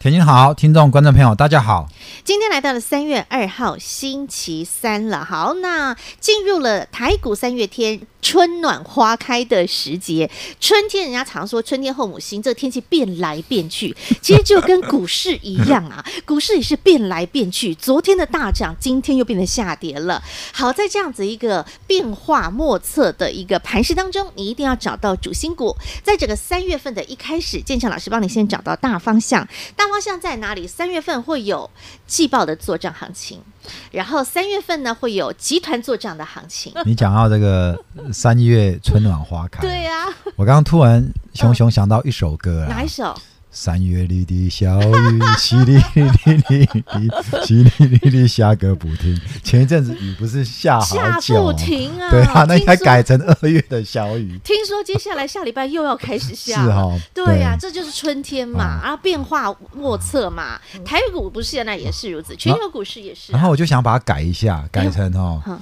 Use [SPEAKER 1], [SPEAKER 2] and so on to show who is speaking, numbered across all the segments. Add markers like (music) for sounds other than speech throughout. [SPEAKER 1] 田青好，听众观众朋友大
[SPEAKER 2] (laughs)
[SPEAKER 1] 家好。
[SPEAKER 2] 今天来到了三月二号星期三了，好，那进入了台股三月天春暖花开的时节。春天人家常说春天后母心，这天气变来变去，其实就跟股市一样啊，股市也是变来变去。昨天的大涨，今天又变成下跌了。好在这样子一个变化莫测的一个盘势当中，你一定要找到主心骨。在整个三月份的一开始，建强老师帮你先找到大方向，大方向在哪里？三月份会有季报的做账行情，然后三月份呢会有集团做账的行
[SPEAKER 1] (laughs)
[SPEAKER 2] 情。
[SPEAKER 1] 你讲到这个三月春暖花开，啊
[SPEAKER 2] 对呀、
[SPEAKER 1] 我刚刚突然熊熊想到一首歌啊
[SPEAKER 2] 哪一，首？
[SPEAKER 1] 三月里的小雨，淅沥沥沥沥，淅沥沥沥下个不停。
[SPEAKER 2] (laughs)
[SPEAKER 1] 前一阵子雨不是下好
[SPEAKER 2] 下
[SPEAKER 1] 久
[SPEAKER 2] 不
[SPEAKER 1] 哦，
[SPEAKER 2] 停啊！
[SPEAKER 1] 对啊，那应该
[SPEAKER 2] 听说
[SPEAKER 1] 改成二月的小雨。
[SPEAKER 2] 听说接下来下礼拜又要开始下
[SPEAKER 1] 是
[SPEAKER 2] 了，
[SPEAKER 1] 哦
[SPEAKER 2] 对呀、
[SPEAKER 1] 对嗯
[SPEAKER 2] 这就是春天嘛，啊，变化莫测嘛。台股不是现在也是如
[SPEAKER 1] 嗯
[SPEAKER 2] 此，全球股市也是啊、哎
[SPEAKER 1] 然后我就想把它改一下，改成哦
[SPEAKER 2] 好，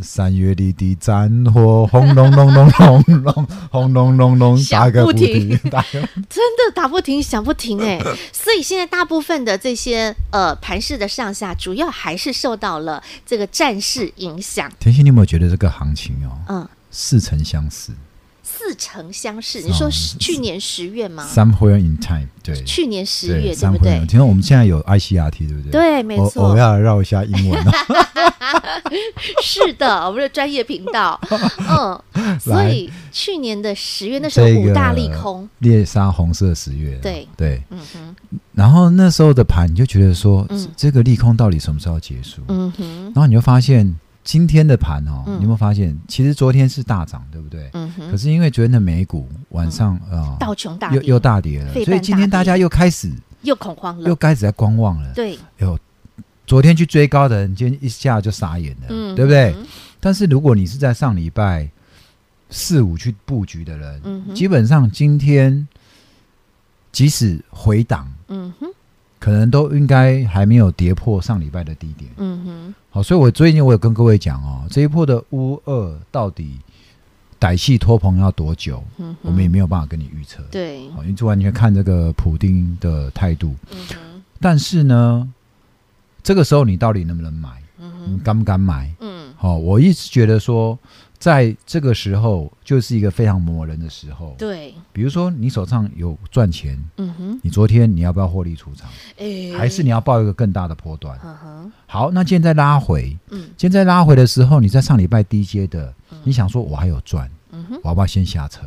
[SPEAKER 1] 三月里的战火，轰隆隆隆隆隆，轰隆隆隆，打个不停，打个不停
[SPEAKER 2] 真的打不停，想不停
[SPEAKER 1] (laughs)
[SPEAKER 2] 哎、所以现在大部分的这些呃盘势的上下，主要还是受到了这个战事影响。
[SPEAKER 1] 田心，你有没有觉得这个行情哦，
[SPEAKER 2] 嗯，
[SPEAKER 1] 似曾相识、
[SPEAKER 2] 似曾相识。你说是去年十月吗？
[SPEAKER 1] s o m e w h e r e in time，对，
[SPEAKER 2] 去年啊十
[SPEAKER 1] 对
[SPEAKER 2] 月对不
[SPEAKER 1] somewhere
[SPEAKER 2] 对？
[SPEAKER 1] in- 听说我们现在有 ICRT，对不对？
[SPEAKER 2] 对没错
[SPEAKER 1] 我我要绕一下英
[SPEAKER 2] (laughs)
[SPEAKER 1] 文哦，
[SPEAKER 2] 是
[SPEAKER 1] (laughs)
[SPEAKER 2] 的，我们的专业频道。嗯，所
[SPEAKER 1] 来
[SPEAKER 2] 以去年的十月那时候
[SPEAKER 1] 这
[SPEAKER 2] 五
[SPEAKER 1] 个
[SPEAKER 2] 大利空，
[SPEAKER 1] 猎杀红色十月，
[SPEAKER 2] 对
[SPEAKER 1] 对。
[SPEAKER 2] 嗯哼，
[SPEAKER 1] 然后那时候的盘，你就觉得说，
[SPEAKER 2] 嗯
[SPEAKER 1] 这个利空到底什么时候结束？
[SPEAKER 2] 嗯哼。
[SPEAKER 1] 然后你就发现今天的盘哦，
[SPEAKER 2] 嗯
[SPEAKER 1] 你有没有发现，其实昨天是大涨，对不对？
[SPEAKER 2] 嗯
[SPEAKER 1] 可
[SPEAKER 2] 哼，
[SPEAKER 1] 是因为昨天的美股晚上啊、
[SPEAKER 2] 道琼大
[SPEAKER 1] 又
[SPEAKER 2] 跌
[SPEAKER 1] 又大跌了，
[SPEAKER 2] 费
[SPEAKER 1] 所以
[SPEAKER 2] 半
[SPEAKER 1] 今
[SPEAKER 2] 大
[SPEAKER 1] 天大
[SPEAKER 2] 跌
[SPEAKER 1] 家又开始
[SPEAKER 2] 又恐慌
[SPEAKER 1] 又
[SPEAKER 2] 了，
[SPEAKER 1] 开始在观望了。
[SPEAKER 2] 对，
[SPEAKER 1] 有昨天去追高的人，今天一下就傻眼了，
[SPEAKER 2] 嗯，
[SPEAKER 1] 对不对？
[SPEAKER 2] 嗯
[SPEAKER 1] 但是如果你是在上礼拜四五去布局的人，
[SPEAKER 2] 嗯哼
[SPEAKER 1] 基本上今天即使回档，
[SPEAKER 2] 嗯哼，
[SPEAKER 1] 可能都应该还没有跌破上礼拜的低点。
[SPEAKER 2] 嗯哼，
[SPEAKER 1] 好，所以我最近我有跟各位讲哦，这一波的乌二到底歹戏拖棚要多久，
[SPEAKER 2] 嗯哼，
[SPEAKER 1] 我们也没有办法跟你预测。
[SPEAKER 2] 对，
[SPEAKER 1] 好，因为这完全看这个普丁的态度。
[SPEAKER 2] 嗯哼，
[SPEAKER 1] 但是呢，这个时候你到底能不能买？
[SPEAKER 2] 嗯
[SPEAKER 1] 你
[SPEAKER 2] 哼，
[SPEAKER 1] 敢不敢买？
[SPEAKER 2] 嗯，
[SPEAKER 1] 好、我一直觉得说，在这个时候就是一个非常磨人的时候。，
[SPEAKER 2] 对，
[SPEAKER 1] 比如说你手上有赚钱，
[SPEAKER 2] 嗯哼，
[SPEAKER 1] 你昨天你要不要获利出场？
[SPEAKER 2] 哎，
[SPEAKER 1] 还是，你要抱一个更大的波段？
[SPEAKER 2] 嗯哼，
[SPEAKER 1] 好，那现在拉回，
[SPEAKER 2] 嗯
[SPEAKER 1] 现在拉回的时候，你在上礼拜低阶的，你想说我还有赚，
[SPEAKER 2] 嗯哼，
[SPEAKER 1] 我要不要先下车？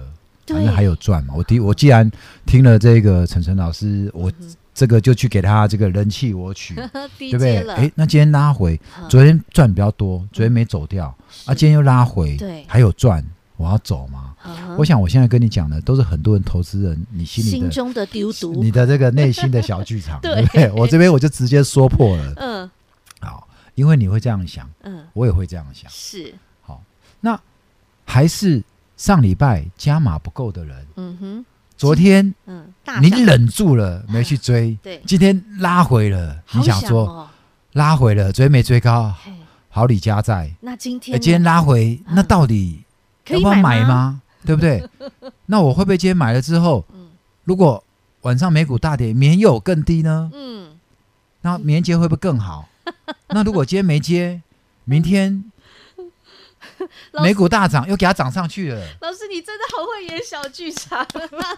[SPEAKER 2] 对
[SPEAKER 1] 反正还有赚嘛。我第我既然听了这个陈晨老师，
[SPEAKER 2] 嗯
[SPEAKER 1] 我这个就去给他这个人气
[SPEAKER 2] (laughs)
[SPEAKER 1] 我取，
[SPEAKER 2] (laughs) 低
[SPEAKER 1] 对不对
[SPEAKER 2] 阶？了，
[SPEAKER 1] 诶，那今天拉回，
[SPEAKER 2] 嗯
[SPEAKER 1] 昨天赚比较多，昨天没走掉，啊，今天又拉回，
[SPEAKER 2] 对
[SPEAKER 1] 还有赚，我要走吗？
[SPEAKER 2] 嗯
[SPEAKER 1] 我
[SPEAKER 2] 哼
[SPEAKER 1] 想我现在跟你讲的都是很多人投资人你心里
[SPEAKER 2] 心
[SPEAKER 1] 的
[SPEAKER 2] 中的丢毒
[SPEAKER 1] 你，的这个内心的小
[SPEAKER 2] (laughs)
[SPEAKER 1] 剧场，
[SPEAKER 2] 对
[SPEAKER 1] 对不对？我这边我就直接说破了，
[SPEAKER 2] 嗯
[SPEAKER 1] 好，因为你会这样想，
[SPEAKER 2] 嗯，
[SPEAKER 1] 我也会这样想，
[SPEAKER 2] 是，
[SPEAKER 1] 好，那还是上礼拜加码不够的人，
[SPEAKER 2] 嗯哼，
[SPEAKER 1] 昨天
[SPEAKER 2] 嗯，大
[SPEAKER 1] 你
[SPEAKER 2] 涨
[SPEAKER 1] 忍住了没去追，
[SPEAKER 2] 对
[SPEAKER 1] 今天拉回了，
[SPEAKER 2] 好
[SPEAKER 1] 你想
[SPEAKER 2] 想
[SPEAKER 1] 说
[SPEAKER 2] 哦，
[SPEAKER 1] 拉回了，昨天没追高，
[SPEAKER 2] 嘿
[SPEAKER 1] 好李家在，
[SPEAKER 2] 那今
[SPEAKER 1] 呃
[SPEAKER 2] 天
[SPEAKER 1] 今天
[SPEAKER 2] 呢
[SPEAKER 1] 拉回，那
[SPEAKER 2] 嗯
[SPEAKER 1] 到底
[SPEAKER 2] 可
[SPEAKER 1] 要
[SPEAKER 2] 以
[SPEAKER 1] 不要买
[SPEAKER 2] 吗？
[SPEAKER 1] 吗？对
[SPEAKER 2] (laughs)
[SPEAKER 1] 不对？那我会不会今天买了之后，
[SPEAKER 2] 嗯
[SPEAKER 1] 如果晚上美股大跌，明天又有更低呢？
[SPEAKER 2] 嗯，
[SPEAKER 1] 那明天接会不会更
[SPEAKER 2] (laughs)
[SPEAKER 1] 好？那如果今天没接，明天
[SPEAKER 2] 老
[SPEAKER 1] 美股大涨又给它涨上去了，
[SPEAKER 2] 老师，你真的好会演小剧场，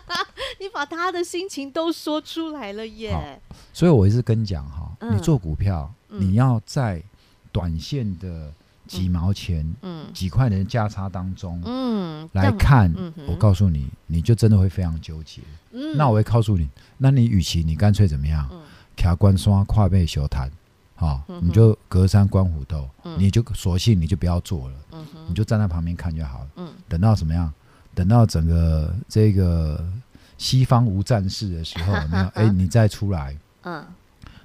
[SPEAKER 2] (laughs) 你把他的心情都说出来了耶。
[SPEAKER 1] 所以我一直跟你讲哈，
[SPEAKER 2] 嗯
[SPEAKER 1] 你做股票，
[SPEAKER 2] 嗯
[SPEAKER 1] 你要在短线的几毛钱、
[SPEAKER 2] 嗯
[SPEAKER 1] 几块钱的价差当中
[SPEAKER 2] 嗯，
[SPEAKER 1] 来
[SPEAKER 2] 让，
[SPEAKER 1] 看
[SPEAKER 2] 嗯哼，
[SPEAKER 1] 我告诉你，你就真的会非常纠结。
[SPEAKER 2] 嗯
[SPEAKER 1] 那我会告诉你，那你与其你干脆怎么样
[SPEAKER 2] 嗯，
[SPEAKER 1] 卡关刷跨背修谈，好，
[SPEAKER 2] 嗯哼
[SPEAKER 1] 你就隔山观虎斗，
[SPEAKER 2] 嗯
[SPEAKER 1] 你就索性你就不要做了，
[SPEAKER 2] 嗯
[SPEAKER 1] 你
[SPEAKER 2] 哼，
[SPEAKER 1] 就站在旁边看就好了。
[SPEAKER 2] 嗯
[SPEAKER 1] 等到什么样？等到整个这个西方无战事的时候，有
[SPEAKER 2] (laughs)
[SPEAKER 1] 没有？哎，你再出来。
[SPEAKER 2] 嗯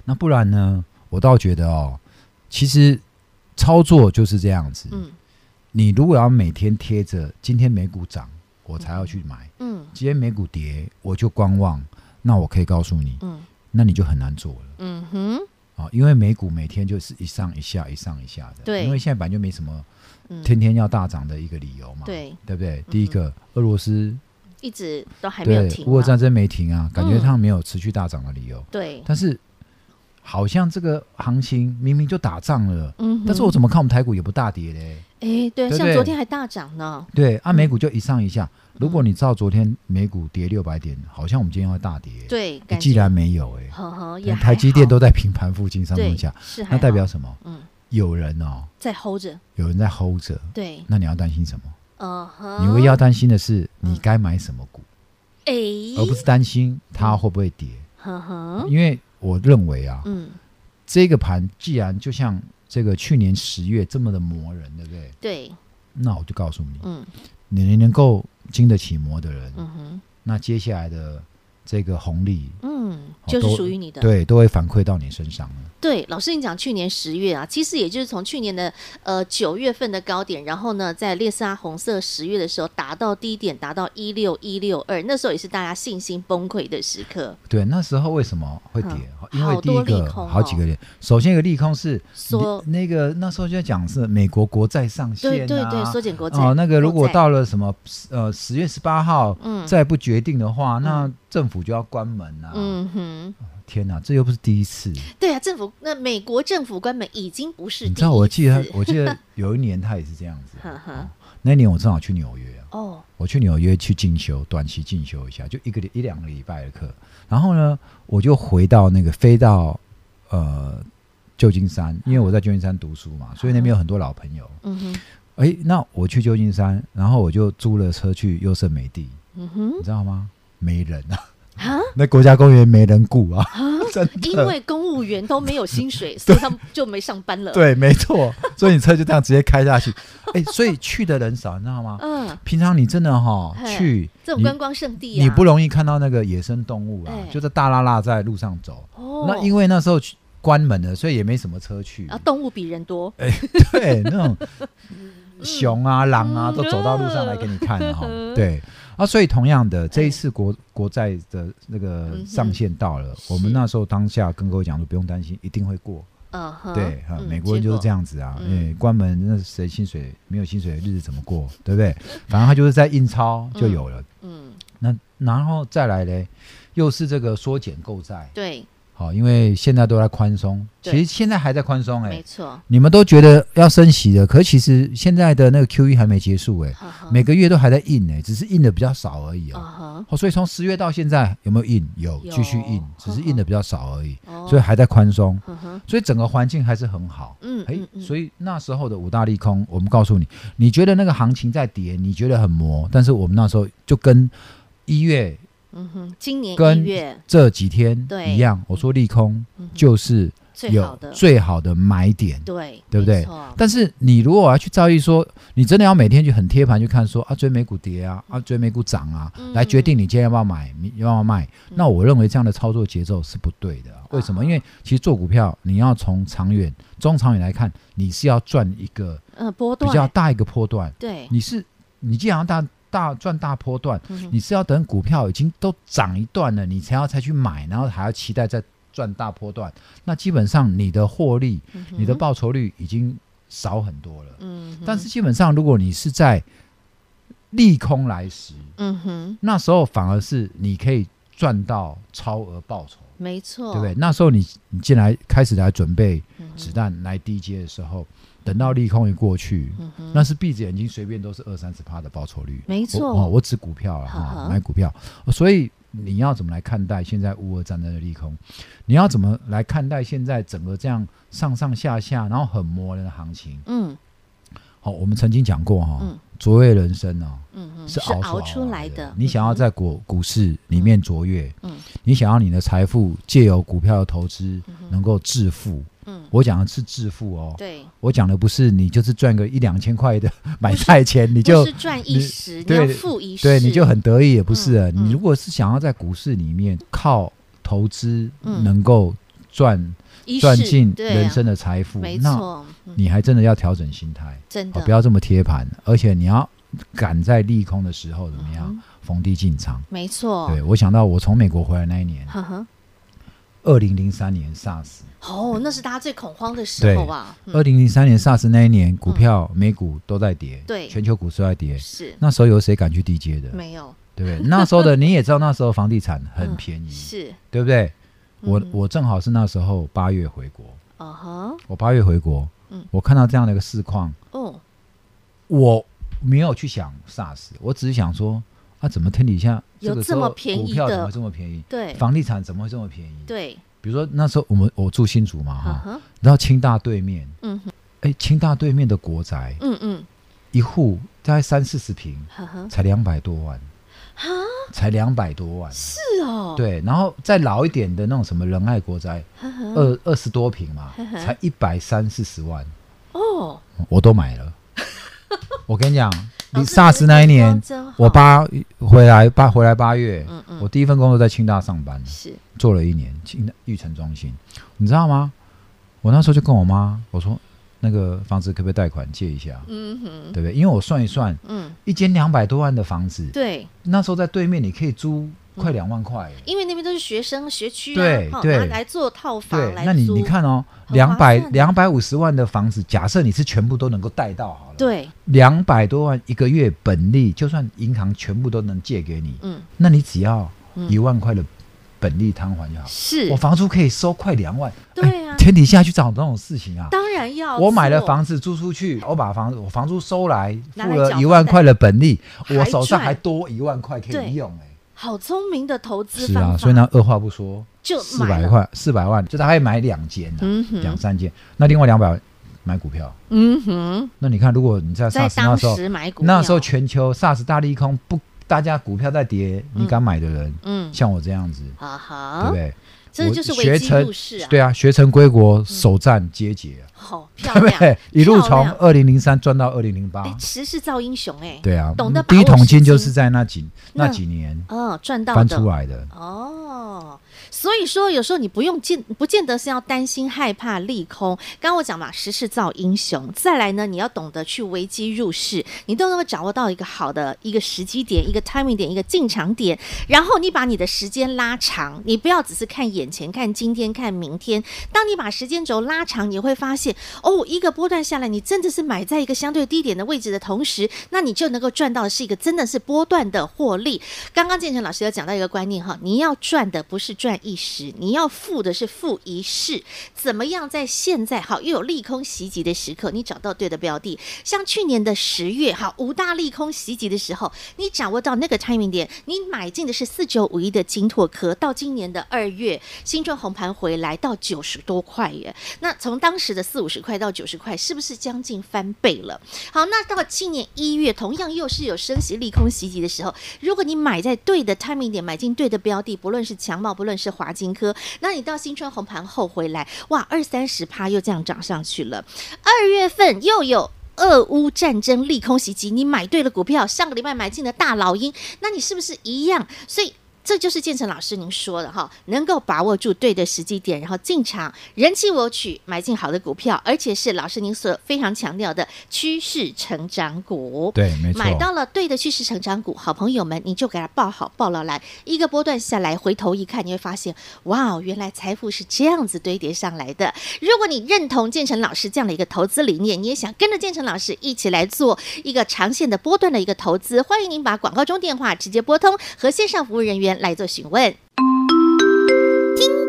[SPEAKER 1] 那不然呢？我倒觉得哦，其实操作就是这样子。
[SPEAKER 2] 嗯
[SPEAKER 1] 你如果要每天贴着今天美股涨，我才要去买。
[SPEAKER 2] 嗯
[SPEAKER 1] 今天美股跌，我就观望，那我可以告诉你，
[SPEAKER 2] 嗯
[SPEAKER 1] 那你就很难做了
[SPEAKER 2] 嗯哼，
[SPEAKER 1] 啊，因为美股每天就是一上一下，一上一下的。
[SPEAKER 2] 对
[SPEAKER 1] 因为现在本来就没什么
[SPEAKER 2] 嗯
[SPEAKER 1] 天天要大涨的一个理由嘛，
[SPEAKER 2] 对，
[SPEAKER 1] 对不对？第一个，俄罗斯
[SPEAKER 2] 一直都还没有
[SPEAKER 1] 对
[SPEAKER 2] 停
[SPEAKER 1] 俄乌
[SPEAKER 2] 嘛，
[SPEAKER 1] 战争没停啊，感觉
[SPEAKER 2] 嗯
[SPEAKER 1] 它没有持续大涨的理由，
[SPEAKER 2] 对，
[SPEAKER 1] 但是好像这个行情明明就打仗了。
[SPEAKER 2] 嗯哼，
[SPEAKER 1] 但是我怎么看我们台股也不大跌嘞？
[SPEAKER 2] 哎，对啊，
[SPEAKER 1] 对不
[SPEAKER 2] 像
[SPEAKER 1] 对
[SPEAKER 2] 昨天还大涨呢，
[SPEAKER 1] 对，啊，美股就一上一下。
[SPEAKER 2] 嗯
[SPEAKER 1] 如果你照昨天美股跌六百点，好像我们今天会大跌。诶，
[SPEAKER 2] 对，感
[SPEAKER 1] 既
[SPEAKER 2] 觉
[SPEAKER 1] 然没有哎、
[SPEAKER 2] 呵呵，也还
[SPEAKER 1] 台积电
[SPEAKER 2] 好
[SPEAKER 1] 都在平盘附近上
[SPEAKER 2] 对
[SPEAKER 1] 上下，
[SPEAKER 2] 是还
[SPEAKER 1] 那代
[SPEAKER 2] 好
[SPEAKER 1] 表什么？
[SPEAKER 2] 嗯
[SPEAKER 1] 有人哦，
[SPEAKER 2] 在 hold 着，
[SPEAKER 1] 有人在 hold 着，
[SPEAKER 2] 对，
[SPEAKER 1] 那你要担心什么？
[SPEAKER 2] 嗯
[SPEAKER 1] 你
[SPEAKER 2] 哼，
[SPEAKER 1] 会要担心的是你该买什么股，而
[SPEAKER 2] 哎，
[SPEAKER 1] 不是担心它会不会跌。
[SPEAKER 2] 呵呵，
[SPEAKER 1] 因为我认为啊，
[SPEAKER 2] 嗯，
[SPEAKER 1] 这个盘既然就像这个去年十月这么的磨人，对不对？
[SPEAKER 2] 对，
[SPEAKER 1] 那我就告诉你，
[SPEAKER 2] 嗯
[SPEAKER 1] 你能够经得起磨的人，
[SPEAKER 2] 嗯哼，
[SPEAKER 1] 那接下来的这个红利，
[SPEAKER 2] 嗯，
[SPEAKER 1] 好
[SPEAKER 2] 就是
[SPEAKER 1] 都
[SPEAKER 2] 属于你的，
[SPEAKER 1] 对，都会反馈到你身上了。
[SPEAKER 2] 对，老师，你讲去年十月啊，其实也就是从去年的呃九月份的高点，然后呢，在猎杀红色十月的时候达到低点，达到一六一六二，那时候也是大家信心崩溃的时刻，
[SPEAKER 1] 对，那时候为什么会跌？
[SPEAKER 2] 嗯
[SPEAKER 1] 因为
[SPEAKER 2] 好
[SPEAKER 1] 第
[SPEAKER 2] 多
[SPEAKER 1] 一个
[SPEAKER 2] 利空哦
[SPEAKER 1] 好几个点，首先一个利空是
[SPEAKER 2] 缩
[SPEAKER 1] 你那个那时候就在讲是美国国债上限、啊，
[SPEAKER 2] 对对对，缩减国债
[SPEAKER 1] 哦，那个如
[SPEAKER 2] 国
[SPEAKER 1] 果
[SPEAKER 2] 债
[SPEAKER 1] 到了什么呃十月十八号，
[SPEAKER 2] 嗯
[SPEAKER 1] 再不决定的话，那政府就要关门啊！
[SPEAKER 2] 嗯哼，
[SPEAKER 1] 天哪，这又不是第一次。
[SPEAKER 2] 对啊，政府那美国政府关门已经不是第一
[SPEAKER 1] 你知道，我记得
[SPEAKER 2] 次。
[SPEAKER 1] 我记得有一年他也是这样子
[SPEAKER 2] (laughs) 呵呵
[SPEAKER 1] 那年我正好去纽约啊，
[SPEAKER 2] 哦，
[SPEAKER 1] 我去纽约去进修，短期进修一下，就一个礼一两个礼拜的课。然后呢，我就回到那个飞到呃旧金山，因为我在旧金山读书
[SPEAKER 2] 啊
[SPEAKER 1] 嘛，所以那边有很多老朋友。
[SPEAKER 2] 嗯哼，
[SPEAKER 1] 哎，那我去旧金山，然后我就租了车去优胜美地，
[SPEAKER 2] 嗯哼，
[SPEAKER 1] 你知道吗？没人啊， (laughs)
[SPEAKER 2] 啊，
[SPEAKER 1] 那国家公园没人顾啊，真的。
[SPEAKER 2] 因为公务员都没有薪
[SPEAKER 1] (laughs)
[SPEAKER 2] 水，所以他们就没上班了。，
[SPEAKER 1] 对，没错，所以你车就这样直接开
[SPEAKER 2] (laughs)
[SPEAKER 1] 下去。哎，所以去的人少，你知道吗？
[SPEAKER 2] 嗯，
[SPEAKER 1] 平常你真的哈、
[SPEAKER 2] 嘿
[SPEAKER 1] 去，
[SPEAKER 2] 这种
[SPEAKER 1] 你
[SPEAKER 2] 观光胜地啊，
[SPEAKER 1] 你不容易看到那个野生动物啊，
[SPEAKER 2] 哎
[SPEAKER 1] 就是大拉拉在路上走。
[SPEAKER 2] 哦，
[SPEAKER 1] 那因为那时候去关门了，所以也没什么车去。
[SPEAKER 2] 啊，嗯动物比人多，
[SPEAKER 1] (laughs) 对，那种熊啊、狼啊，都走到路上来给你看了哈、
[SPEAKER 2] 嗯
[SPEAKER 1] (laughs) 对啊，所以同样的，这一次国、国债的那个
[SPEAKER 2] 嗯哼
[SPEAKER 1] 上限到了，我们那时候当下跟各位讲说，不用担心，一定会过。
[SPEAKER 2] 嗯哼，
[SPEAKER 1] 对，哈，
[SPEAKER 2] 嗯
[SPEAKER 1] 美国人就是这。
[SPEAKER 2] 结果
[SPEAKER 1] 样子啊，
[SPEAKER 2] 嗯
[SPEAKER 1] 嗯，关门那谁薪水没有薪水的日子怎么过，对不对？反正他就是在印钞就有了。
[SPEAKER 2] 嗯，
[SPEAKER 1] 那然后再来嘞，又是这个缩减购债，
[SPEAKER 2] 对，
[SPEAKER 1] 好，因为现在都在宽松，其
[SPEAKER 2] 对
[SPEAKER 1] 实现在还在宽松哎、
[SPEAKER 2] 没错，
[SPEAKER 1] 你们都觉得要升息的，可其实现在的那个 Q E 还没结束哎、
[SPEAKER 2] 哈哈，
[SPEAKER 1] 每个月都还在印哎、只是印的比较少而已
[SPEAKER 2] 啊
[SPEAKER 1] 哦。
[SPEAKER 2] 哈，
[SPEAKER 1] 哦，所以从十月到现在有没有印？有，
[SPEAKER 2] 有
[SPEAKER 1] 继续印，只是印的比较少而已，
[SPEAKER 2] 哦
[SPEAKER 1] 所以，还在宽松，
[SPEAKER 2] 呵呵，
[SPEAKER 1] 所以整个环境还是很好。
[SPEAKER 2] 嗯，
[SPEAKER 1] 哎
[SPEAKER 2] 嗯，嗯
[SPEAKER 1] 所以那时候的五大利空，我们告诉你，你觉得那个行情在跌，你觉得很磨，但是我们那时候就跟一月
[SPEAKER 2] 嗯哼，今年
[SPEAKER 1] 跟
[SPEAKER 2] 一月
[SPEAKER 1] 这几天
[SPEAKER 2] 对
[SPEAKER 1] 一样，我说利空
[SPEAKER 2] 嗯哼
[SPEAKER 1] 就是
[SPEAKER 2] 最好
[SPEAKER 1] 有
[SPEAKER 2] 的，
[SPEAKER 1] 最好的买点。
[SPEAKER 2] 对，
[SPEAKER 1] 对不对
[SPEAKER 2] 没错
[SPEAKER 1] 但是你如果要去照意说，你真的要每天去很贴盘去看说啊，追美股跌啊，啊追美股涨啊，
[SPEAKER 2] 嗯
[SPEAKER 1] 来决定你今天要不要买，你要不要卖。
[SPEAKER 2] 嗯
[SPEAKER 1] 那我认为这样的操作节奏是不对的啊、为什么？因为其实做股票，你要从长远、中长远来看，你是要赚一个
[SPEAKER 2] 嗯，波
[SPEAKER 1] 比
[SPEAKER 2] 段
[SPEAKER 1] 较大一个波段。
[SPEAKER 2] 对，
[SPEAKER 1] 你是你既然要大大赚大波段，
[SPEAKER 2] 嗯哼
[SPEAKER 1] 你是要等股票已经都涨一段了，你才要才去买，然后还要期待再赚大波段。那基本上你的获利、
[SPEAKER 2] 嗯哼
[SPEAKER 1] 你的报酬率已经少很多了。
[SPEAKER 2] 嗯哼，
[SPEAKER 1] 但是基本上，如果你是在利空来时，
[SPEAKER 2] 嗯哼，
[SPEAKER 1] 那时候反而是你可以赚到超额报酬，
[SPEAKER 2] 没错，
[SPEAKER 1] 对不对？那时候你你进来开始来准备
[SPEAKER 2] 哦嗯哼
[SPEAKER 1] 子弹来低阶的时候，等到利空一过去，
[SPEAKER 2] 嗯哼，
[SPEAKER 1] 那是闭着眼睛随便都是二三十趴的报酬率。
[SPEAKER 2] 没错
[SPEAKER 1] 我哦，我指股票了
[SPEAKER 2] 呵
[SPEAKER 1] 哈，
[SPEAKER 2] 呵
[SPEAKER 1] 买股票，哦所以你要怎么来看待现在乌俄战争的利空？你要怎么来看待现在整个这样上上下下，然后很磨人的行情？
[SPEAKER 2] 嗯
[SPEAKER 1] 好、我们曾经讲过哈、
[SPEAKER 2] 嗯
[SPEAKER 1] 卓越人生哦，
[SPEAKER 2] 嗯嗯，
[SPEAKER 1] 是
[SPEAKER 2] 熬
[SPEAKER 1] 熬
[SPEAKER 2] 出来
[SPEAKER 1] 的。
[SPEAKER 2] 的，
[SPEAKER 1] 你想要在股股市里面卓越，
[SPEAKER 2] 嗯
[SPEAKER 1] 你想要你的财富借由股票的投资能够致富。
[SPEAKER 2] 嗯，
[SPEAKER 1] 我讲的是致富哦，
[SPEAKER 2] 对，
[SPEAKER 1] 我讲的不是你就是赚个一两千块的 (laughs) 买菜钱你就
[SPEAKER 2] 不是赚一
[SPEAKER 1] 你
[SPEAKER 2] 时，你
[SPEAKER 1] 对
[SPEAKER 2] 要付一世，
[SPEAKER 1] 对你就很得意，也不是啊、
[SPEAKER 2] 嗯嗯
[SPEAKER 1] 你如果是想要在股市里面靠投资
[SPEAKER 2] 嗯
[SPEAKER 1] 能够赚
[SPEAKER 2] 一
[SPEAKER 1] 赚
[SPEAKER 2] 世
[SPEAKER 1] 进
[SPEAKER 2] 对啊
[SPEAKER 1] 人生的财富，
[SPEAKER 2] 没
[SPEAKER 1] 那
[SPEAKER 2] 错，嗯
[SPEAKER 1] 你还真的要调整心态。
[SPEAKER 2] 真
[SPEAKER 1] 哦
[SPEAKER 2] 的
[SPEAKER 1] 不要这么贴盘，而且你要赶在利空的时候怎么样
[SPEAKER 2] 嗯哦
[SPEAKER 1] 逢低进场。
[SPEAKER 2] 没错，
[SPEAKER 1] 对我想到我从美国回来那一年，
[SPEAKER 2] 呵呵，
[SPEAKER 1] 二零零三年 SARS，
[SPEAKER 2] 哦，那是大家最恐慌的时
[SPEAKER 1] 对
[SPEAKER 2] 候啊，嗯
[SPEAKER 1] 二零零三年 SARS 那一年，股票、美股都在跌，
[SPEAKER 2] 对
[SPEAKER 1] 全球股市都在跌。
[SPEAKER 2] 是
[SPEAKER 1] 那时候有谁敢去低接的？
[SPEAKER 2] 呃没有
[SPEAKER 1] 对不对？那时候的你也知道，那时候房地产很
[SPEAKER 2] 嗯
[SPEAKER 1] 便宜，
[SPEAKER 2] 是，
[SPEAKER 1] 对不对？我
[SPEAKER 2] 嗯
[SPEAKER 1] 我正好是那时候八月回国，
[SPEAKER 2] 哦呵，
[SPEAKER 1] 我八月回国，
[SPEAKER 2] 嗯
[SPEAKER 1] 我看到这样的一个市况，
[SPEAKER 2] 哦，
[SPEAKER 1] 我没有去想 SARS，我只是想说，啊，怎么天底下
[SPEAKER 2] 有
[SPEAKER 1] 个
[SPEAKER 2] 这
[SPEAKER 1] 时候
[SPEAKER 2] 么便宜
[SPEAKER 1] 股票
[SPEAKER 2] 的
[SPEAKER 1] 怎么会这么便宜？
[SPEAKER 2] 对
[SPEAKER 1] 房地产怎么会这么便宜？，
[SPEAKER 2] 对，嗯
[SPEAKER 1] 比如说那时候我们我住新竹嘛
[SPEAKER 2] 呵
[SPEAKER 1] 哈，
[SPEAKER 2] 呵，
[SPEAKER 1] 然后清大对面，
[SPEAKER 2] 嗯哼
[SPEAKER 1] 哎，清大对面的国宅
[SPEAKER 2] 嗯嗯，呃
[SPEAKER 1] 一户大概三四十平，
[SPEAKER 2] 呵呵，
[SPEAKER 1] 才两百多万，才两百多万，
[SPEAKER 2] 是哦，
[SPEAKER 1] 对，然后再老一点的那种什么仁爱国宅，
[SPEAKER 2] 呵呵，
[SPEAKER 1] 二二十多平嘛，
[SPEAKER 2] 呵呵
[SPEAKER 1] 才一百三四十万，
[SPEAKER 2] 哦，
[SPEAKER 1] 我都买
[SPEAKER 2] (laughs)
[SPEAKER 1] 了。我跟你讲，
[SPEAKER 2] 老
[SPEAKER 1] 你
[SPEAKER 2] 师
[SPEAKER 1] SARS 那一
[SPEAKER 2] 你的眼
[SPEAKER 1] 年
[SPEAKER 2] 光，真好
[SPEAKER 1] 我八回来八回来八月，
[SPEAKER 2] 嗯嗯
[SPEAKER 1] 我第一份工作在清大上班，
[SPEAKER 2] 是，
[SPEAKER 1] 做了一年清大育成中心，你知道吗？我那时候就跟我妈我说，那个房子可不可以贷款借一下，
[SPEAKER 2] 嗯哼，
[SPEAKER 1] 对不对？因为我算一算，
[SPEAKER 2] 嗯，
[SPEAKER 1] 一间两百多万的房子，
[SPEAKER 2] 对，嗯
[SPEAKER 1] 那时候在对面你可以租快两万块耶。
[SPEAKER 2] 因为那边都是学生学区啊，
[SPEAKER 1] 对
[SPEAKER 2] 哈
[SPEAKER 1] 对
[SPEAKER 2] 拿来做套房
[SPEAKER 1] 对，
[SPEAKER 2] 来
[SPEAKER 1] 那你
[SPEAKER 2] 租
[SPEAKER 1] 你，看哦，
[SPEAKER 2] 很
[SPEAKER 1] 两百
[SPEAKER 2] 划算
[SPEAKER 1] 两百五十万的房子，假设你是全部都能够贷到好了，，
[SPEAKER 2] 对，
[SPEAKER 1] 两百多万一个月本利，就算银行全部都能借给你，
[SPEAKER 2] 嗯，
[SPEAKER 1] 那你只要
[SPEAKER 2] 嗯
[SPEAKER 1] 一万块的本利摊还就好。
[SPEAKER 2] 是
[SPEAKER 1] 我，房租可以收快两万，
[SPEAKER 2] 对啊
[SPEAKER 1] 哎天底下去找那种事情啊！
[SPEAKER 2] 当然要做，
[SPEAKER 1] 我买了房子租出去，我把房子我房租收来，
[SPEAKER 2] 拿
[SPEAKER 1] 付
[SPEAKER 2] 来
[SPEAKER 1] 了
[SPEAKER 2] 缴
[SPEAKER 1] 一万
[SPEAKER 2] 房贷
[SPEAKER 1] 块的本利，
[SPEAKER 2] 还
[SPEAKER 1] 我手上
[SPEAKER 2] 赚
[SPEAKER 1] 还多一万块可
[SPEAKER 2] 对
[SPEAKER 1] 以用哎、
[SPEAKER 2] 好聪明的投资
[SPEAKER 1] 是
[SPEAKER 2] 方
[SPEAKER 1] 啊，
[SPEAKER 2] 法
[SPEAKER 1] 所以呢，二话不说，
[SPEAKER 2] 就
[SPEAKER 1] 四
[SPEAKER 2] 买
[SPEAKER 1] 百
[SPEAKER 2] 了，
[SPEAKER 1] 块，四百万，就他还买两间、啊，
[SPEAKER 2] 嗯哼
[SPEAKER 1] 两三间，那另外两百万买股票。
[SPEAKER 2] 嗯哼，
[SPEAKER 1] 那你看，如果你在
[SPEAKER 2] 在
[SPEAKER 1] SARS 那
[SPEAKER 2] 当
[SPEAKER 1] 时候，
[SPEAKER 2] 时买股票，
[SPEAKER 1] 那时候全球 SARS 大利空，不，大家股票在跌，你敢买的人，
[SPEAKER 2] 嗯，
[SPEAKER 1] 像我这样子，
[SPEAKER 2] 啊
[SPEAKER 1] 对不
[SPEAKER 2] 哈，
[SPEAKER 1] 对？
[SPEAKER 2] 这
[SPEAKER 1] 我
[SPEAKER 2] 就是
[SPEAKER 1] 学
[SPEAKER 2] 危机
[SPEAKER 1] 成
[SPEAKER 2] 入市啊，
[SPEAKER 1] 对啊，学成归国，首战皆捷啊，
[SPEAKER 2] 好漂
[SPEAKER 1] (laughs) 对不
[SPEAKER 2] 亮
[SPEAKER 1] 对，？一路
[SPEAKER 2] 漂
[SPEAKER 1] 从
[SPEAKER 2] 亮
[SPEAKER 1] 二零零三赚到二零零八
[SPEAKER 2] 哎，，时势造英雄哎，，
[SPEAKER 1] 对啊，
[SPEAKER 2] 懂得
[SPEAKER 1] 嗯
[SPEAKER 2] 把
[SPEAKER 1] 第一
[SPEAKER 2] 握
[SPEAKER 1] 桶
[SPEAKER 2] 时
[SPEAKER 1] 金就
[SPEAKER 2] 机
[SPEAKER 1] 是在那几
[SPEAKER 2] 那
[SPEAKER 1] 那几年
[SPEAKER 2] 嗯，赚到
[SPEAKER 1] 翻
[SPEAKER 2] 的
[SPEAKER 1] 出来的，
[SPEAKER 2] 哦，所以说有时候你不用见，不见得是要担心害怕利空。刚刚我讲嘛，时势造英雄。再来呢，你要懂得去危机入市，你都能够掌握到一个好的一个时机点、一个 timing 点、一个进场点，然后你把你的时间拉长，你不要只是看眼前、看今天、看明天。当你把时间轴拉长，你会发现哦，一个波段下来，你真的是买在一个相对低点的位置的同时，那你就能够赚到的是一个真的是波段的获利。刚刚建成老师有讲到一个观念哈，你要赚的不是赚一时，你要付的是付一世。怎么样在现在好又有利空袭击的时刻，你找到对的标的？像去年的十月好五大利空袭击的时候，你掌握到那个 timing 点，你买进的是四九五一的金拓科，到今年的二月新春红盘回来到九十多块耶，那从当时的四五十块到九十块，是不是将近翻倍了？好，那到今年一月，同样又是有升息利空袭击的时候，如果你买在对的 timing 点，买进对的标的，不论是强茂，不论是华金科，那你到新春红盘后回来，哇，二三十趴又这样涨上去了。二月份又有。俄乌战争利空袭击，你买对了股票，上个礼拜买进的大老鹰，那你是不是一样？所以这就是建成老师您说的哈，能够把握住对的时机点，然后进场人气我取，买进好的股票，而且是老师您所非常强调的趋势成长股。
[SPEAKER 1] 对，没错，
[SPEAKER 2] 买到了对的趋势成长股，好朋友们，你就给它抱好抱牢来。一个波段下来，回头一看，你会发现，哇哦，原来财富是这样子堆叠上来的。如果你认同建成老师这样的一个投资理念，你也想跟着建成老师一起来做一个长线的波段的一个投资，欢迎您把广告中电话直接拨通，和线上服务人员来做询问。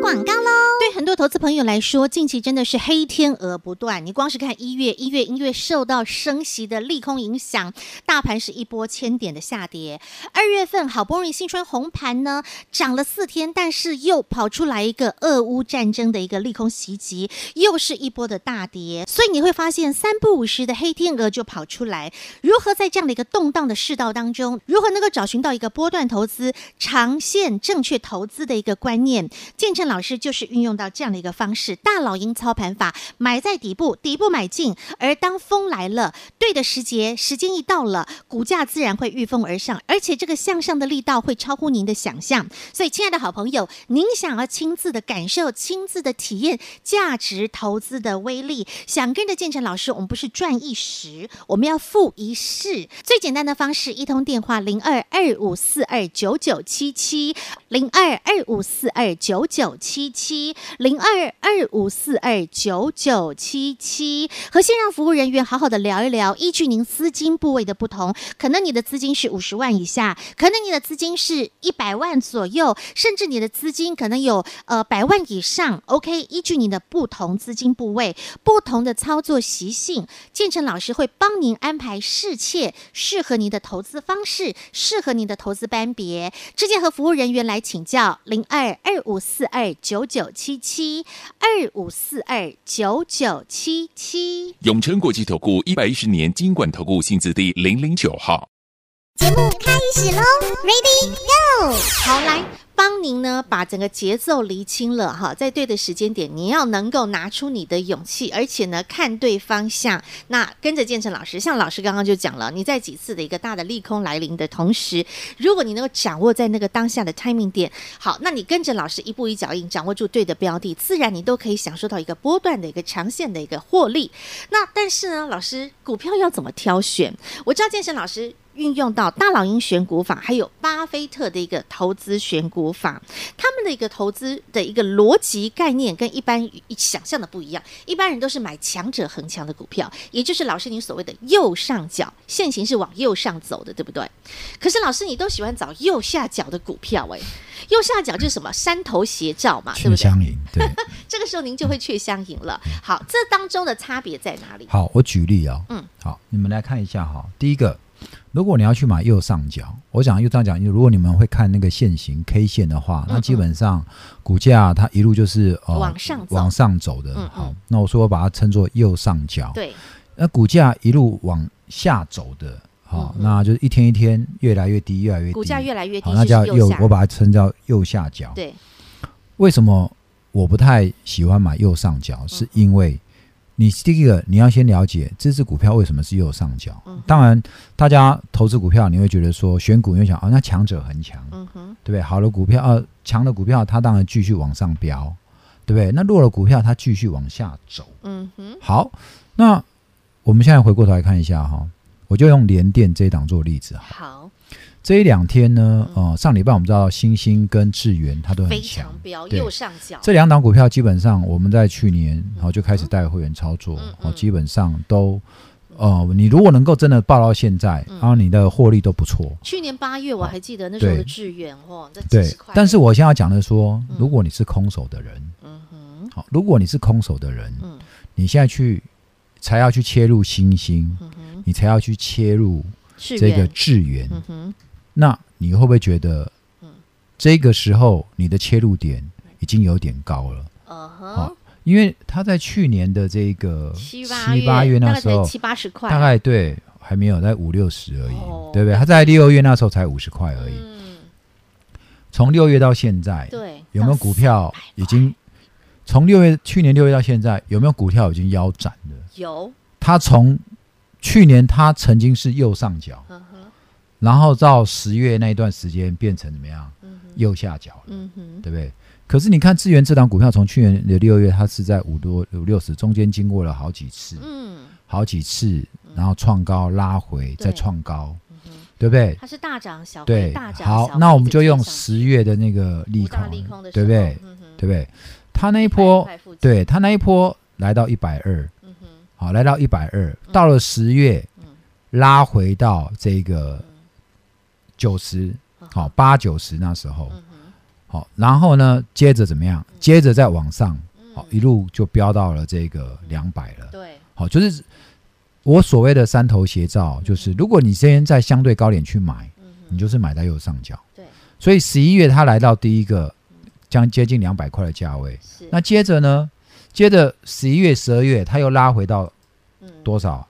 [SPEAKER 2] 广告喽。对很多投资朋友来说，近期真的是黑天鹅不断。你光是看一月，一月因为受到升息的利空影响，大盘是一波千点的下跌。二月份好不容易新春红盘呢，涨了四天，但是又跑出来一个俄乌战争的一个利空袭击，又是一波的大跌。所以你会发现，三不五十的黑天鹅就跑出来。如何在这样的一个动荡的世道当中，如何能够找寻到一个波段投资、长线正确投资的一个观念？建成老。老师就是运用到这样的一个方式，大老鹰操盘法，买在底部，底部买进，而当风来了，对的时节，时间一到了，股价自然会御风而上，而且这个向上的力道会超乎您的想象。所以，亲爱的好朋友，您想要亲自的感受、亲自的体验价值投资的威力，想跟着建成老师，我们不是赚一时，我们要富一世。最简单的方式，一通电话零二二五四二九九七七零二二五四二九九七七零二二五四二九九七七，和线上服务人员好好的聊一聊，依据您资金部位的不同，可能你的资金是五十万以下，可能你的资金是一百万左右，甚至你的资金可能有呃百万以上。OK，依据你的不同资金部位、不同的操作习性，建成老师会帮您安排适切、适合您的投资方式、适合您的投资班别，直接和服务人员来请教零二二五四二九九七七二五四二九九七七。
[SPEAKER 3] 永诚国际投顾一百一十年金管投顾性质第零零九号。
[SPEAKER 2] 好，来帮您呢把整个节奏厘清了哈，在对的时间点，你要能够拿出你的勇气，而且呢看对方向。那跟着建成老师，像老师刚刚就讲了，你在几次的一个大的利空来临的同时，如果你能够掌握在那个当下的 timing 点，好，那你跟着老师一步一脚印，掌握住对的标的，自然你都可以享受到一个波段的一个长线的一个获利。那但是呢，老师股票要怎么挑选？我知道健身老师运用到大老鹰选股法，还有巴菲特的一个投资选股法，他们的一个投资的一个逻辑概念跟一般想象的不一样。一般人都是买强者恒强的股票，也就是老师您所谓的右上角，现行是往右上走的，对不对？可是老师你都喜欢找右下角的股票、诶，哎，右下角就是什么山头斜照嘛，对
[SPEAKER 1] 去
[SPEAKER 2] 不对？
[SPEAKER 1] 相迎，对。
[SPEAKER 2] 这个时候您就会却相迎了。好，这当中的差别在哪里？
[SPEAKER 1] 好，我举例啊、
[SPEAKER 2] 嗯，
[SPEAKER 1] 好，你们来看一下哈。第一个，如果你要去买右上角，我讲右上角，如果你们会看那个线型 K 线的话，那基本上股价它一路就是呃
[SPEAKER 2] 嗯往上走
[SPEAKER 1] 往上走的。
[SPEAKER 2] 嗯
[SPEAKER 1] 好
[SPEAKER 2] 嗯，
[SPEAKER 1] 那我说我把它称作右上角。，
[SPEAKER 2] 对，
[SPEAKER 1] 那股价一路往下走的，好，
[SPEAKER 2] 嗯嗯
[SPEAKER 1] 那就是一天一天越来越低，越来越低，
[SPEAKER 2] 股价越来越低，
[SPEAKER 1] 好，那叫
[SPEAKER 2] 就是右
[SPEAKER 1] 右
[SPEAKER 2] 下，，
[SPEAKER 1] 我把它称叫右下角。
[SPEAKER 2] 对，
[SPEAKER 1] 为什么我不太喜欢买右上角？
[SPEAKER 2] 嗯
[SPEAKER 1] 是因为你第一个你要先了解这只股票为什么是右上角。
[SPEAKER 2] 嗯哼
[SPEAKER 1] 当然，大家投资股票，你会觉得说选股，你会想哦，那强者恒强，
[SPEAKER 2] 嗯哼，
[SPEAKER 1] 对不对？好的股票，呃，强的股票，它当然继续往上飙，对不对？那弱的股票，它继续往下走。
[SPEAKER 2] 嗯哼，
[SPEAKER 1] 好，那我们现在回过头来看一下哈、我就用联电这一档做例子哈。啊
[SPEAKER 2] 好，
[SPEAKER 1] 这一两天呢，呃，上礼拜我们知道星星跟智源它都
[SPEAKER 2] 嗯
[SPEAKER 1] 很
[SPEAKER 2] 非
[SPEAKER 1] 强
[SPEAKER 2] 常，标
[SPEAKER 1] 对
[SPEAKER 2] 右上角，
[SPEAKER 1] 这两档股票基本上我们在去年然后就开始带会员操作
[SPEAKER 2] 嗯，
[SPEAKER 1] 哦，
[SPEAKER 2] 嗯
[SPEAKER 1] 基本上都，呃，你如果能够真的报到现在，
[SPEAKER 2] 嗯
[SPEAKER 1] 然后你的获利都不错，
[SPEAKER 2] 去年八月我还记得那时候的
[SPEAKER 1] 对
[SPEAKER 2] 志愿哦，这几
[SPEAKER 1] 对
[SPEAKER 2] 十块，。
[SPEAKER 1] 但是我现在要讲的是说，如果你是空手的人，
[SPEAKER 2] 嗯哼，
[SPEAKER 1] 好，如果你是空手的人
[SPEAKER 2] 嗯，
[SPEAKER 1] 你现在去才要去切入星星，
[SPEAKER 2] 嗯哼，
[SPEAKER 1] 你才要去切入
[SPEAKER 2] 志
[SPEAKER 1] 这个
[SPEAKER 2] 愿，
[SPEAKER 1] 智源，
[SPEAKER 2] 嗯哼，嗯
[SPEAKER 1] 那你会不会觉得，这个时候你的切入点已经有点高了？
[SPEAKER 2] 嗯
[SPEAKER 1] 好
[SPEAKER 2] 哼，
[SPEAKER 1] 因为他在去年的这个
[SPEAKER 2] 七八
[SPEAKER 1] 七八月
[SPEAKER 2] 大
[SPEAKER 1] 那
[SPEAKER 2] 概
[SPEAKER 1] 时
[SPEAKER 2] 才
[SPEAKER 1] 候，
[SPEAKER 2] 七八十块，
[SPEAKER 1] 大概对还没有在五六十而已，
[SPEAKER 2] 哦
[SPEAKER 1] 对不对？他在六月那时候才五十块而已，
[SPEAKER 2] 嗯，
[SPEAKER 1] 从六月到现在，
[SPEAKER 2] 对，
[SPEAKER 1] 有没有
[SPEAKER 2] 到
[SPEAKER 1] 股票已经从六月去年六月到现在有没有股票已经腰斩的？
[SPEAKER 2] 有，
[SPEAKER 1] 他从去年他曾经是右上角，
[SPEAKER 2] 嗯哼，
[SPEAKER 1] 然后到十月那一段时间变成怎么样？
[SPEAKER 2] 嗯哼，
[SPEAKER 1] 右下角了，
[SPEAKER 2] 嗯哼，
[SPEAKER 1] 对不对？可是你看智源这档股票，从去年的六月，它是在五多五六十，中间经过了好几次，
[SPEAKER 2] 嗯，
[SPEAKER 1] 好几次，然后创高拉回，
[SPEAKER 2] 对嗯
[SPEAKER 1] 再创高，对不对？
[SPEAKER 2] 它是大涨小
[SPEAKER 1] 对
[SPEAKER 2] 回，大，涨小回，
[SPEAKER 1] 好，那我们就用
[SPEAKER 2] 一直上
[SPEAKER 1] 十月的那个利
[SPEAKER 2] 五
[SPEAKER 1] 空
[SPEAKER 2] 大利空的，时
[SPEAKER 1] 对
[SPEAKER 2] 候，
[SPEAKER 1] 不对？
[SPEAKER 2] 嗯哼，
[SPEAKER 1] 对不对？它那
[SPEAKER 2] 100
[SPEAKER 1] 一波
[SPEAKER 2] 块附，近
[SPEAKER 1] 对它那一波来到一百二，
[SPEAKER 2] 嗯哼，
[SPEAKER 1] 好，来到一百二，到了十月
[SPEAKER 2] 嗯，
[SPEAKER 1] 拉回到这个九十，好八九十那时候，
[SPEAKER 2] 嗯哼，嗯
[SPEAKER 1] 好，然后呢，接着怎么样？接着再往上，好，一路就飙到了这个
[SPEAKER 2] 嗯
[SPEAKER 1] 两百了。
[SPEAKER 2] 对，
[SPEAKER 1] 好，就是我所谓的三头斜
[SPEAKER 2] 嗯
[SPEAKER 1] 照，就是如果你今天在相对高点去买，你就是买在右上角。
[SPEAKER 2] 对，
[SPEAKER 1] 所以十一月它来到第一个将接近两百块的价位，
[SPEAKER 2] 是，
[SPEAKER 1] 那接着呢，接着十一月、十二月它又拉回到
[SPEAKER 2] 嗯，
[SPEAKER 1] 多少？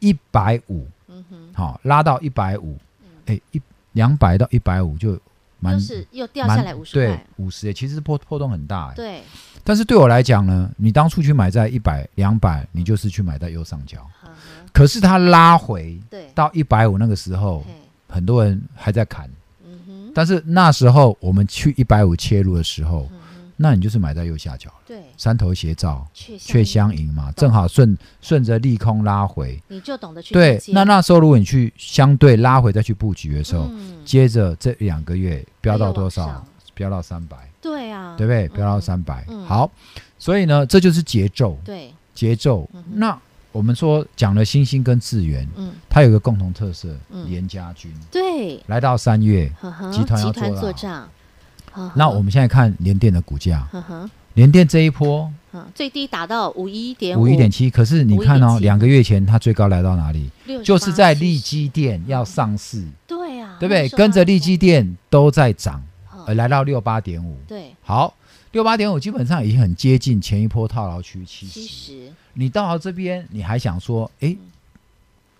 [SPEAKER 1] 一百五，
[SPEAKER 2] 嗯哼，嗯
[SPEAKER 1] 好，拉到一百五，哎，一两百到一百五就蛮
[SPEAKER 2] 就是又掉
[SPEAKER 1] 蛮
[SPEAKER 2] 下来五十
[SPEAKER 1] 对
[SPEAKER 2] 块，
[SPEAKER 1] 五十，其实破破洞很大、欸。
[SPEAKER 2] 对，
[SPEAKER 1] 但是对我来讲呢，你当初去买在一百、两百，你就是去买在右上角。
[SPEAKER 2] 呵呵
[SPEAKER 1] 可是它拉回
[SPEAKER 2] 对，
[SPEAKER 1] 到一百五那个时候，
[SPEAKER 2] 嘿
[SPEAKER 1] 很多人还在砍。
[SPEAKER 2] 嗯哼，
[SPEAKER 1] 但是那时候我们去一百五切入的时候，
[SPEAKER 2] 嗯哼，
[SPEAKER 1] 那你就是买在右下角了，
[SPEAKER 2] 对，
[SPEAKER 1] 山头斜照，
[SPEAKER 2] 却
[SPEAKER 1] 却
[SPEAKER 2] 相，
[SPEAKER 1] 相迎嘛，正好顺顺着利空拉回。
[SPEAKER 2] 你就懂得去
[SPEAKER 1] 对
[SPEAKER 2] 理，解
[SPEAKER 1] 那那时候如果你去相对拉回再去布局的时候，
[SPEAKER 2] 嗯
[SPEAKER 1] 接着这两个月飙到
[SPEAKER 2] 又
[SPEAKER 1] 多
[SPEAKER 2] 往
[SPEAKER 1] 少
[SPEAKER 2] 上？
[SPEAKER 1] 飙到三百，
[SPEAKER 2] 对啊，
[SPEAKER 1] 对不对？
[SPEAKER 2] 嗯
[SPEAKER 1] 飙到，三百
[SPEAKER 2] 嗯。
[SPEAKER 1] 好，所以呢，这就是节奏，
[SPEAKER 2] 对，
[SPEAKER 1] 节奏
[SPEAKER 2] 嗯。哼
[SPEAKER 1] 那我们说讲了星星跟智源，
[SPEAKER 2] 嗯，
[SPEAKER 1] 它有一个共同特色
[SPEAKER 2] 嗯，
[SPEAKER 1] 严家军
[SPEAKER 2] 对，
[SPEAKER 1] 来到三月，
[SPEAKER 2] 呵呵，
[SPEAKER 1] 集团要
[SPEAKER 2] 集团
[SPEAKER 1] 做
[SPEAKER 2] 做
[SPEAKER 1] 了啊
[SPEAKER 2] 账，呵呵
[SPEAKER 1] 那我们现在看联电的股价，
[SPEAKER 2] 呵呵，
[SPEAKER 1] 联电这一波
[SPEAKER 2] 嗯，最低打到五一点
[SPEAKER 1] 五一点七，可是你看哦，
[SPEAKER 2] 51.7
[SPEAKER 1] 两个月前它最高来到哪里？
[SPEAKER 2] 六，
[SPEAKER 1] 就是在利基电要上市，
[SPEAKER 2] 对啊，
[SPEAKER 1] 对不对？
[SPEAKER 2] 那时候
[SPEAKER 1] 跟着利基电都在涨，
[SPEAKER 2] 嗯
[SPEAKER 1] 呃，来到六八点五。
[SPEAKER 2] 对
[SPEAKER 1] 好，六八点五基本上已经很接近前一波套牢区七
[SPEAKER 2] 七
[SPEAKER 1] 十。
[SPEAKER 2] 十，
[SPEAKER 1] 你到了这边，你还想说，诶，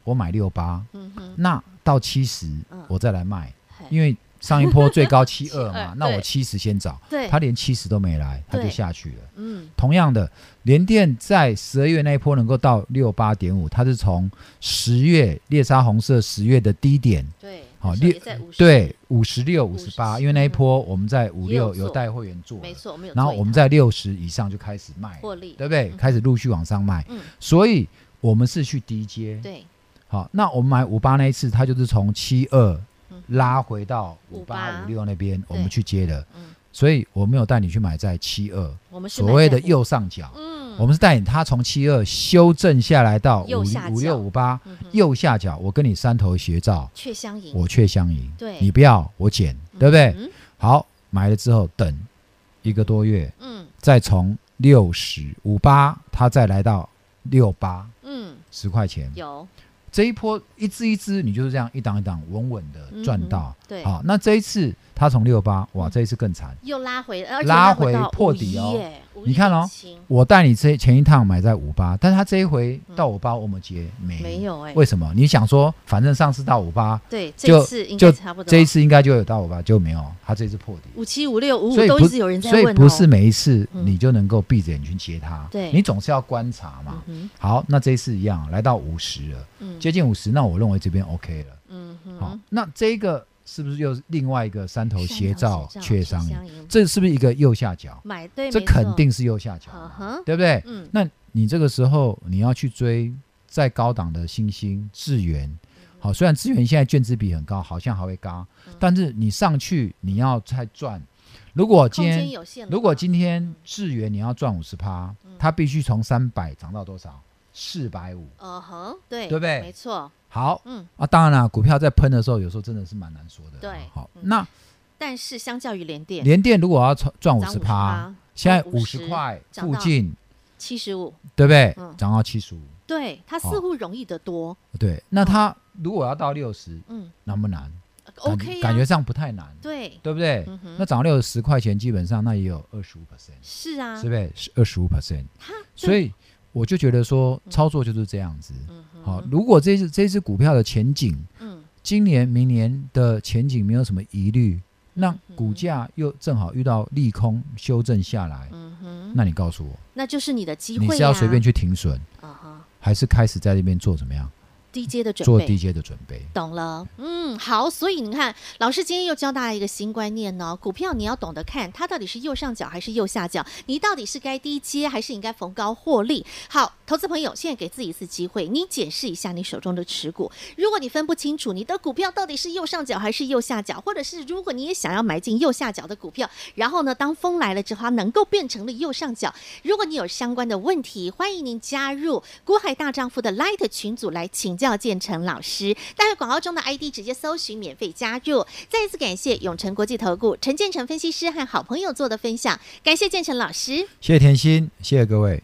[SPEAKER 1] 我买六八，
[SPEAKER 2] 嗯哼，
[SPEAKER 1] 那到七十
[SPEAKER 2] 嗯
[SPEAKER 1] 我再来卖，
[SPEAKER 2] 为
[SPEAKER 1] 因为上一波最
[SPEAKER 2] (laughs)
[SPEAKER 1] 高七二嘛
[SPEAKER 2] 72，
[SPEAKER 1] 那我
[SPEAKER 2] 对
[SPEAKER 1] 七十先找，
[SPEAKER 2] 对，
[SPEAKER 1] 它连七十都没来，它就
[SPEAKER 2] 对
[SPEAKER 1] 下去了。
[SPEAKER 2] 嗯
[SPEAKER 1] 同样的，联电在十二月那一波能够到六八点五，它是从十月猎杀红色十月的低点，
[SPEAKER 2] 对，
[SPEAKER 1] 好
[SPEAKER 2] 那时候
[SPEAKER 1] 六
[SPEAKER 2] 也在五十，
[SPEAKER 1] 对五十六、五十八，
[SPEAKER 2] 54
[SPEAKER 1] 因为那一波我们在五
[SPEAKER 2] 也有
[SPEAKER 1] 六有
[SPEAKER 2] 做
[SPEAKER 1] 带会员做，
[SPEAKER 2] 没错，我们有
[SPEAKER 1] 然后
[SPEAKER 2] 做一
[SPEAKER 1] 我们
[SPEAKER 2] 趟
[SPEAKER 1] 在六十以上就开始卖，
[SPEAKER 2] 获利，
[SPEAKER 1] 对不对？开始陆续往上卖，
[SPEAKER 2] 嗯
[SPEAKER 1] 所以我们是去低阶。
[SPEAKER 2] 对，
[SPEAKER 1] 好，那我们买五八那一次，它就是从七二
[SPEAKER 2] 嗯
[SPEAKER 1] 拉回到五八
[SPEAKER 2] 58
[SPEAKER 1] 五六那边，我们去接的
[SPEAKER 2] 嗯，
[SPEAKER 1] 所以我没有带你去买在七二，
[SPEAKER 2] 我们是
[SPEAKER 1] 所谓
[SPEAKER 2] 买在
[SPEAKER 1] 的右上角。
[SPEAKER 2] 嗯，
[SPEAKER 1] 我们是带领它从七二修正下来到五
[SPEAKER 2] 右下角
[SPEAKER 1] 五六五八
[SPEAKER 2] 嗯哼
[SPEAKER 1] 右下角，我跟你山头斜照，
[SPEAKER 2] 却相迎，
[SPEAKER 1] 我却相迎。
[SPEAKER 2] 对
[SPEAKER 1] 你不要我减，对不对？
[SPEAKER 2] 嗯
[SPEAKER 1] 好，买了之后等一个多月，
[SPEAKER 2] 嗯
[SPEAKER 1] 再从六十五八，它再来到六八
[SPEAKER 2] 嗯，
[SPEAKER 1] 十块钱。
[SPEAKER 2] 有
[SPEAKER 1] 这一波一只一只，你就是这样一档一档稳稳的赚到。
[SPEAKER 2] 嗯哼对
[SPEAKER 1] 好，那这一次它从六八，哇，
[SPEAKER 2] 嗯
[SPEAKER 1] 这一次更惨。
[SPEAKER 2] 又拉回，而且
[SPEAKER 1] 拉
[SPEAKER 2] 回
[SPEAKER 1] 回
[SPEAKER 2] 到
[SPEAKER 1] 破底
[SPEAKER 2] 51
[SPEAKER 1] 哦
[SPEAKER 2] 耶，
[SPEAKER 1] 你看哦
[SPEAKER 2] 51.7
[SPEAKER 1] 我带你这前一趟买在五八，但是它这一回到五八，我们结没
[SPEAKER 2] 嗯没有哎
[SPEAKER 1] 为什么？你想说，反正上次到五八，
[SPEAKER 2] 对，这
[SPEAKER 1] 就
[SPEAKER 2] 一次应该
[SPEAKER 1] 就
[SPEAKER 2] 差不多，
[SPEAKER 1] 这一次应该就有到五八，就没有，它这次破底。
[SPEAKER 2] 五七五六五
[SPEAKER 1] 所
[SPEAKER 2] 五
[SPEAKER 1] 以
[SPEAKER 2] 都
[SPEAKER 1] 不，
[SPEAKER 2] 一直有人在
[SPEAKER 1] 所
[SPEAKER 2] 问、
[SPEAKER 1] 以
[SPEAKER 2] 哦，
[SPEAKER 1] 不是每一次
[SPEAKER 2] 嗯
[SPEAKER 1] 你就能够闭着眼去接它，
[SPEAKER 2] 对
[SPEAKER 1] 你总是要观察嘛。
[SPEAKER 2] 嗯
[SPEAKER 1] 好，那这一次一样，来到五十了，
[SPEAKER 2] 嗯
[SPEAKER 1] 接近五十，那我认为这边 OK 了。
[SPEAKER 2] 嗯
[SPEAKER 1] 好、
[SPEAKER 2] 哼，
[SPEAKER 1] 那这个是不是又是另外一个山哦头斜照
[SPEAKER 2] 山头斜照
[SPEAKER 1] 缺伤
[SPEAKER 2] 却相迎
[SPEAKER 1] 影？这是不是一个右下角？
[SPEAKER 2] 买对，
[SPEAKER 1] 这
[SPEAKER 2] 没错
[SPEAKER 1] 肯，定是右下角
[SPEAKER 2] 嗯
[SPEAKER 1] 嘛，
[SPEAKER 2] 哼，
[SPEAKER 1] 对不对？
[SPEAKER 2] 嗯，
[SPEAKER 1] 那你这个时候你要去追再高档的星星智源，
[SPEAKER 2] 嗯
[SPEAKER 1] 好，虽然智源现在卷资比很高，好像还会高，但是你上去你要再赚。如果今
[SPEAKER 2] 空间
[SPEAKER 1] 天
[SPEAKER 2] 有限了嘛，
[SPEAKER 1] 如果今天智源你要赚五十趴，
[SPEAKER 2] 嗯
[SPEAKER 1] 它必须从三百涨到多少？四百五。
[SPEAKER 2] 嗯哼，对，
[SPEAKER 1] 对不对
[SPEAKER 2] 没错，
[SPEAKER 1] 好
[SPEAKER 2] 嗯，
[SPEAKER 1] 啊，当然了，股票在喷的时候，有时候真的是蛮难说的。
[SPEAKER 2] 对
[SPEAKER 1] 好，
[SPEAKER 2] 嗯
[SPEAKER 1] 那
[SPEAKER 2] 但是相较于联电，
[SPEAKER 1] 联电如果要赚赚五
[SPEAKER 2] 涨
[SPEAKER 1] 十
[SPEAKER 2] 50%
[SPEAKER 1] 趴，现在
[SPEAKER 2] 从
[SPEAKER 1] 五十
[SPEAKER 2] 50
[SPEAKER 1] 块
[SPEAKER 2] 涨
[SPEAKER 1] 附
[SPEAKER 2] 到
[SPEAKER 1] 近，
[SPEAKER 2] 七十五，
[SPEAKER 1] 对不对
[SPEAKER 2] 嗯？
[SPEAKER 1] 涨到七十五，
[SPEAKER 2] 对，它似
[SPEAKER 1] 哦
[SPEAKER 2] 乎容易得多，
[SPEAKER 1] 对，那它如果要到六十，
[SPEAKER 2] 嗯
[SPEAKER 1] 难不难？感
[SPEAKER 2] ，OK，呀
[SPEAKER 1] 感觉上不太难，
[SPEAKER 2] 对，
[SPEAKER 1] 对不对
[SPEAKER 2] 嗯哼？
[SPEAKER 1] 那涨六十块钱，基本上那也有二十五 percent，
[SPEAKER 2] 是啊，
[SPEAKER 1] 是不是？是二十五 percent，
[SPEAKER 2] 它
[SPEAKER 1] 所以我就觉得说，操作就是这样子。
[SPEAKER 2] 嗯哼
[SPEAKER 1] 好，如果这只这只股票的前景，
[SPEAKER 2] 嗯，
[SPEAKER 1] 今年明年的前景没有什么疑虑，那
[SPEAKER 2] 嗯
[SPEAKER 1] 股价又正好遇到利空修正下来，
[SPEAKER 2] 嗯哼，
[SPEAKER 1] 那你告诉我，
[SPEAKER 2] 那就是你的机会、
[SPEAKER 1] 你
[SPEAKER 2] 呀
[SPEAKER 1] 是要随便去停损，
[SPEAKER 2] 啊哈，
[SPEAKER 1] 还是开始在那边做怎么样？
[SPEAKER 2] 低阶的准备，
[SPEAKER 1] 做低阶的准备。
[SPEAKER 2] 懂了，嗯，好，所以你看，老师今天又教大家一个新观念哦，股票你要懂得看它到底是右上角还是右下角，你到底是该低接还是应该逢高获利。好，投资朋友，现在给自己一次机会，你检视一下你手中的持股，如果你分不清楚你的股票到底是右上角还是右下角，或者是如果你也想要买进右下角的股票，然后呢，当风来了之后，它能够变成了右上角。如果你有相关的问题，欢迎您加入股海大丈夫的 Light 群组来请教建成老师。待会广告中的 ID 直接搜寻免费加入。再一次感谢永诚国际投顾陈建成分析师和好朋友做的分享，感谢建成老师。
[SPEAKER 1] 谢谢甜心，谢谢各位。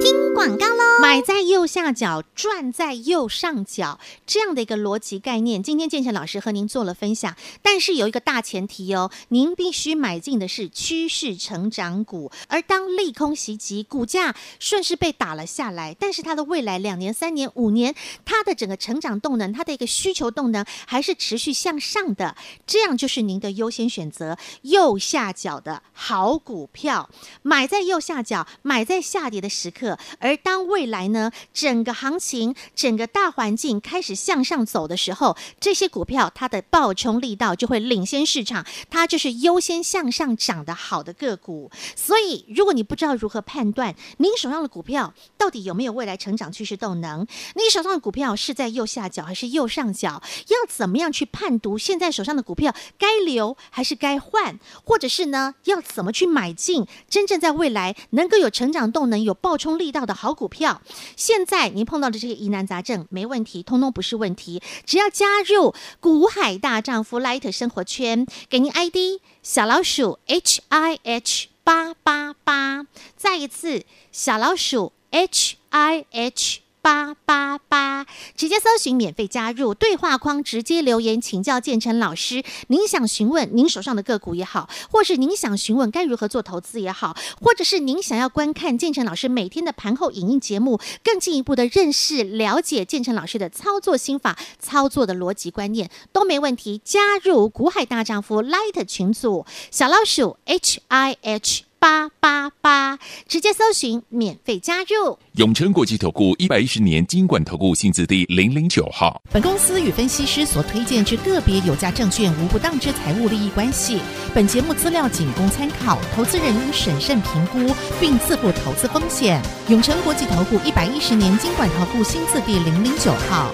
[SPEAKER 4] 听
[SPEAKER 5] 广告喽！
[SPEAKER 2] 买在右下角，赚在右上角，这样的一个逻辑概念，今天建成老师和您做了分享。但是有一个大前提哦，您必须买进的是趋势成长股，而当利空袭击，股价顺势被打了下来，但是它的未来两年、三年、五年，它的整个成长动能，它的一个需求动能还是持续向上的，这样就是您的优先选择。右下角的好股票，买在右下角，买在下跌的时刻。而当未来呢，整个行情、整个大环境开始向上走的时候，这些股票它的爆冲力道就会领先市场，它就是优先向上涨的好的个股。所以，如果你不知道如何判断您手上的股票到底有没有未来成长趋势动能，你手上的股票是在右下角还是右上角，要怎么样去判读现在手上的股票该留还是该换，或者是呢，要怎么去买进真正在未来能够有成长动能、有爆冲力道的好股票？现在您碰到的这些疑难杂症没问题，通通不是问题，只要加入股海大丈夫 Light 生活圈，给您 ID 小老鼠 H I H 八八八，再一次小老鼠 H I H。八八八，直接搜寻免费加入对话框，直接留言请教建成老师。您想询问您手上的个股也好，或是您想询问该如何做投资也好，或者是您想要观看建成老师每天的盘后影音节目，更进一步的认识了解建成老师的操作心法、操作的逻辑观念都没问题。加入股海大丈夫 Light 群组，小老鼠 H I H 八八八，直接搜寻免费加入。
[SPEAKER 3] 永诚国际投顾一百一十年金管投顾性质第零零九号。
[SPEAKER 6] 本公司与分析师所推荐之个别有价证券无不当之财务利益关系。本节目资料仅供参考，投资人应审慎评估并自负投资风险。永诚国际投顾一百一十年经管投顾新字第零零九号。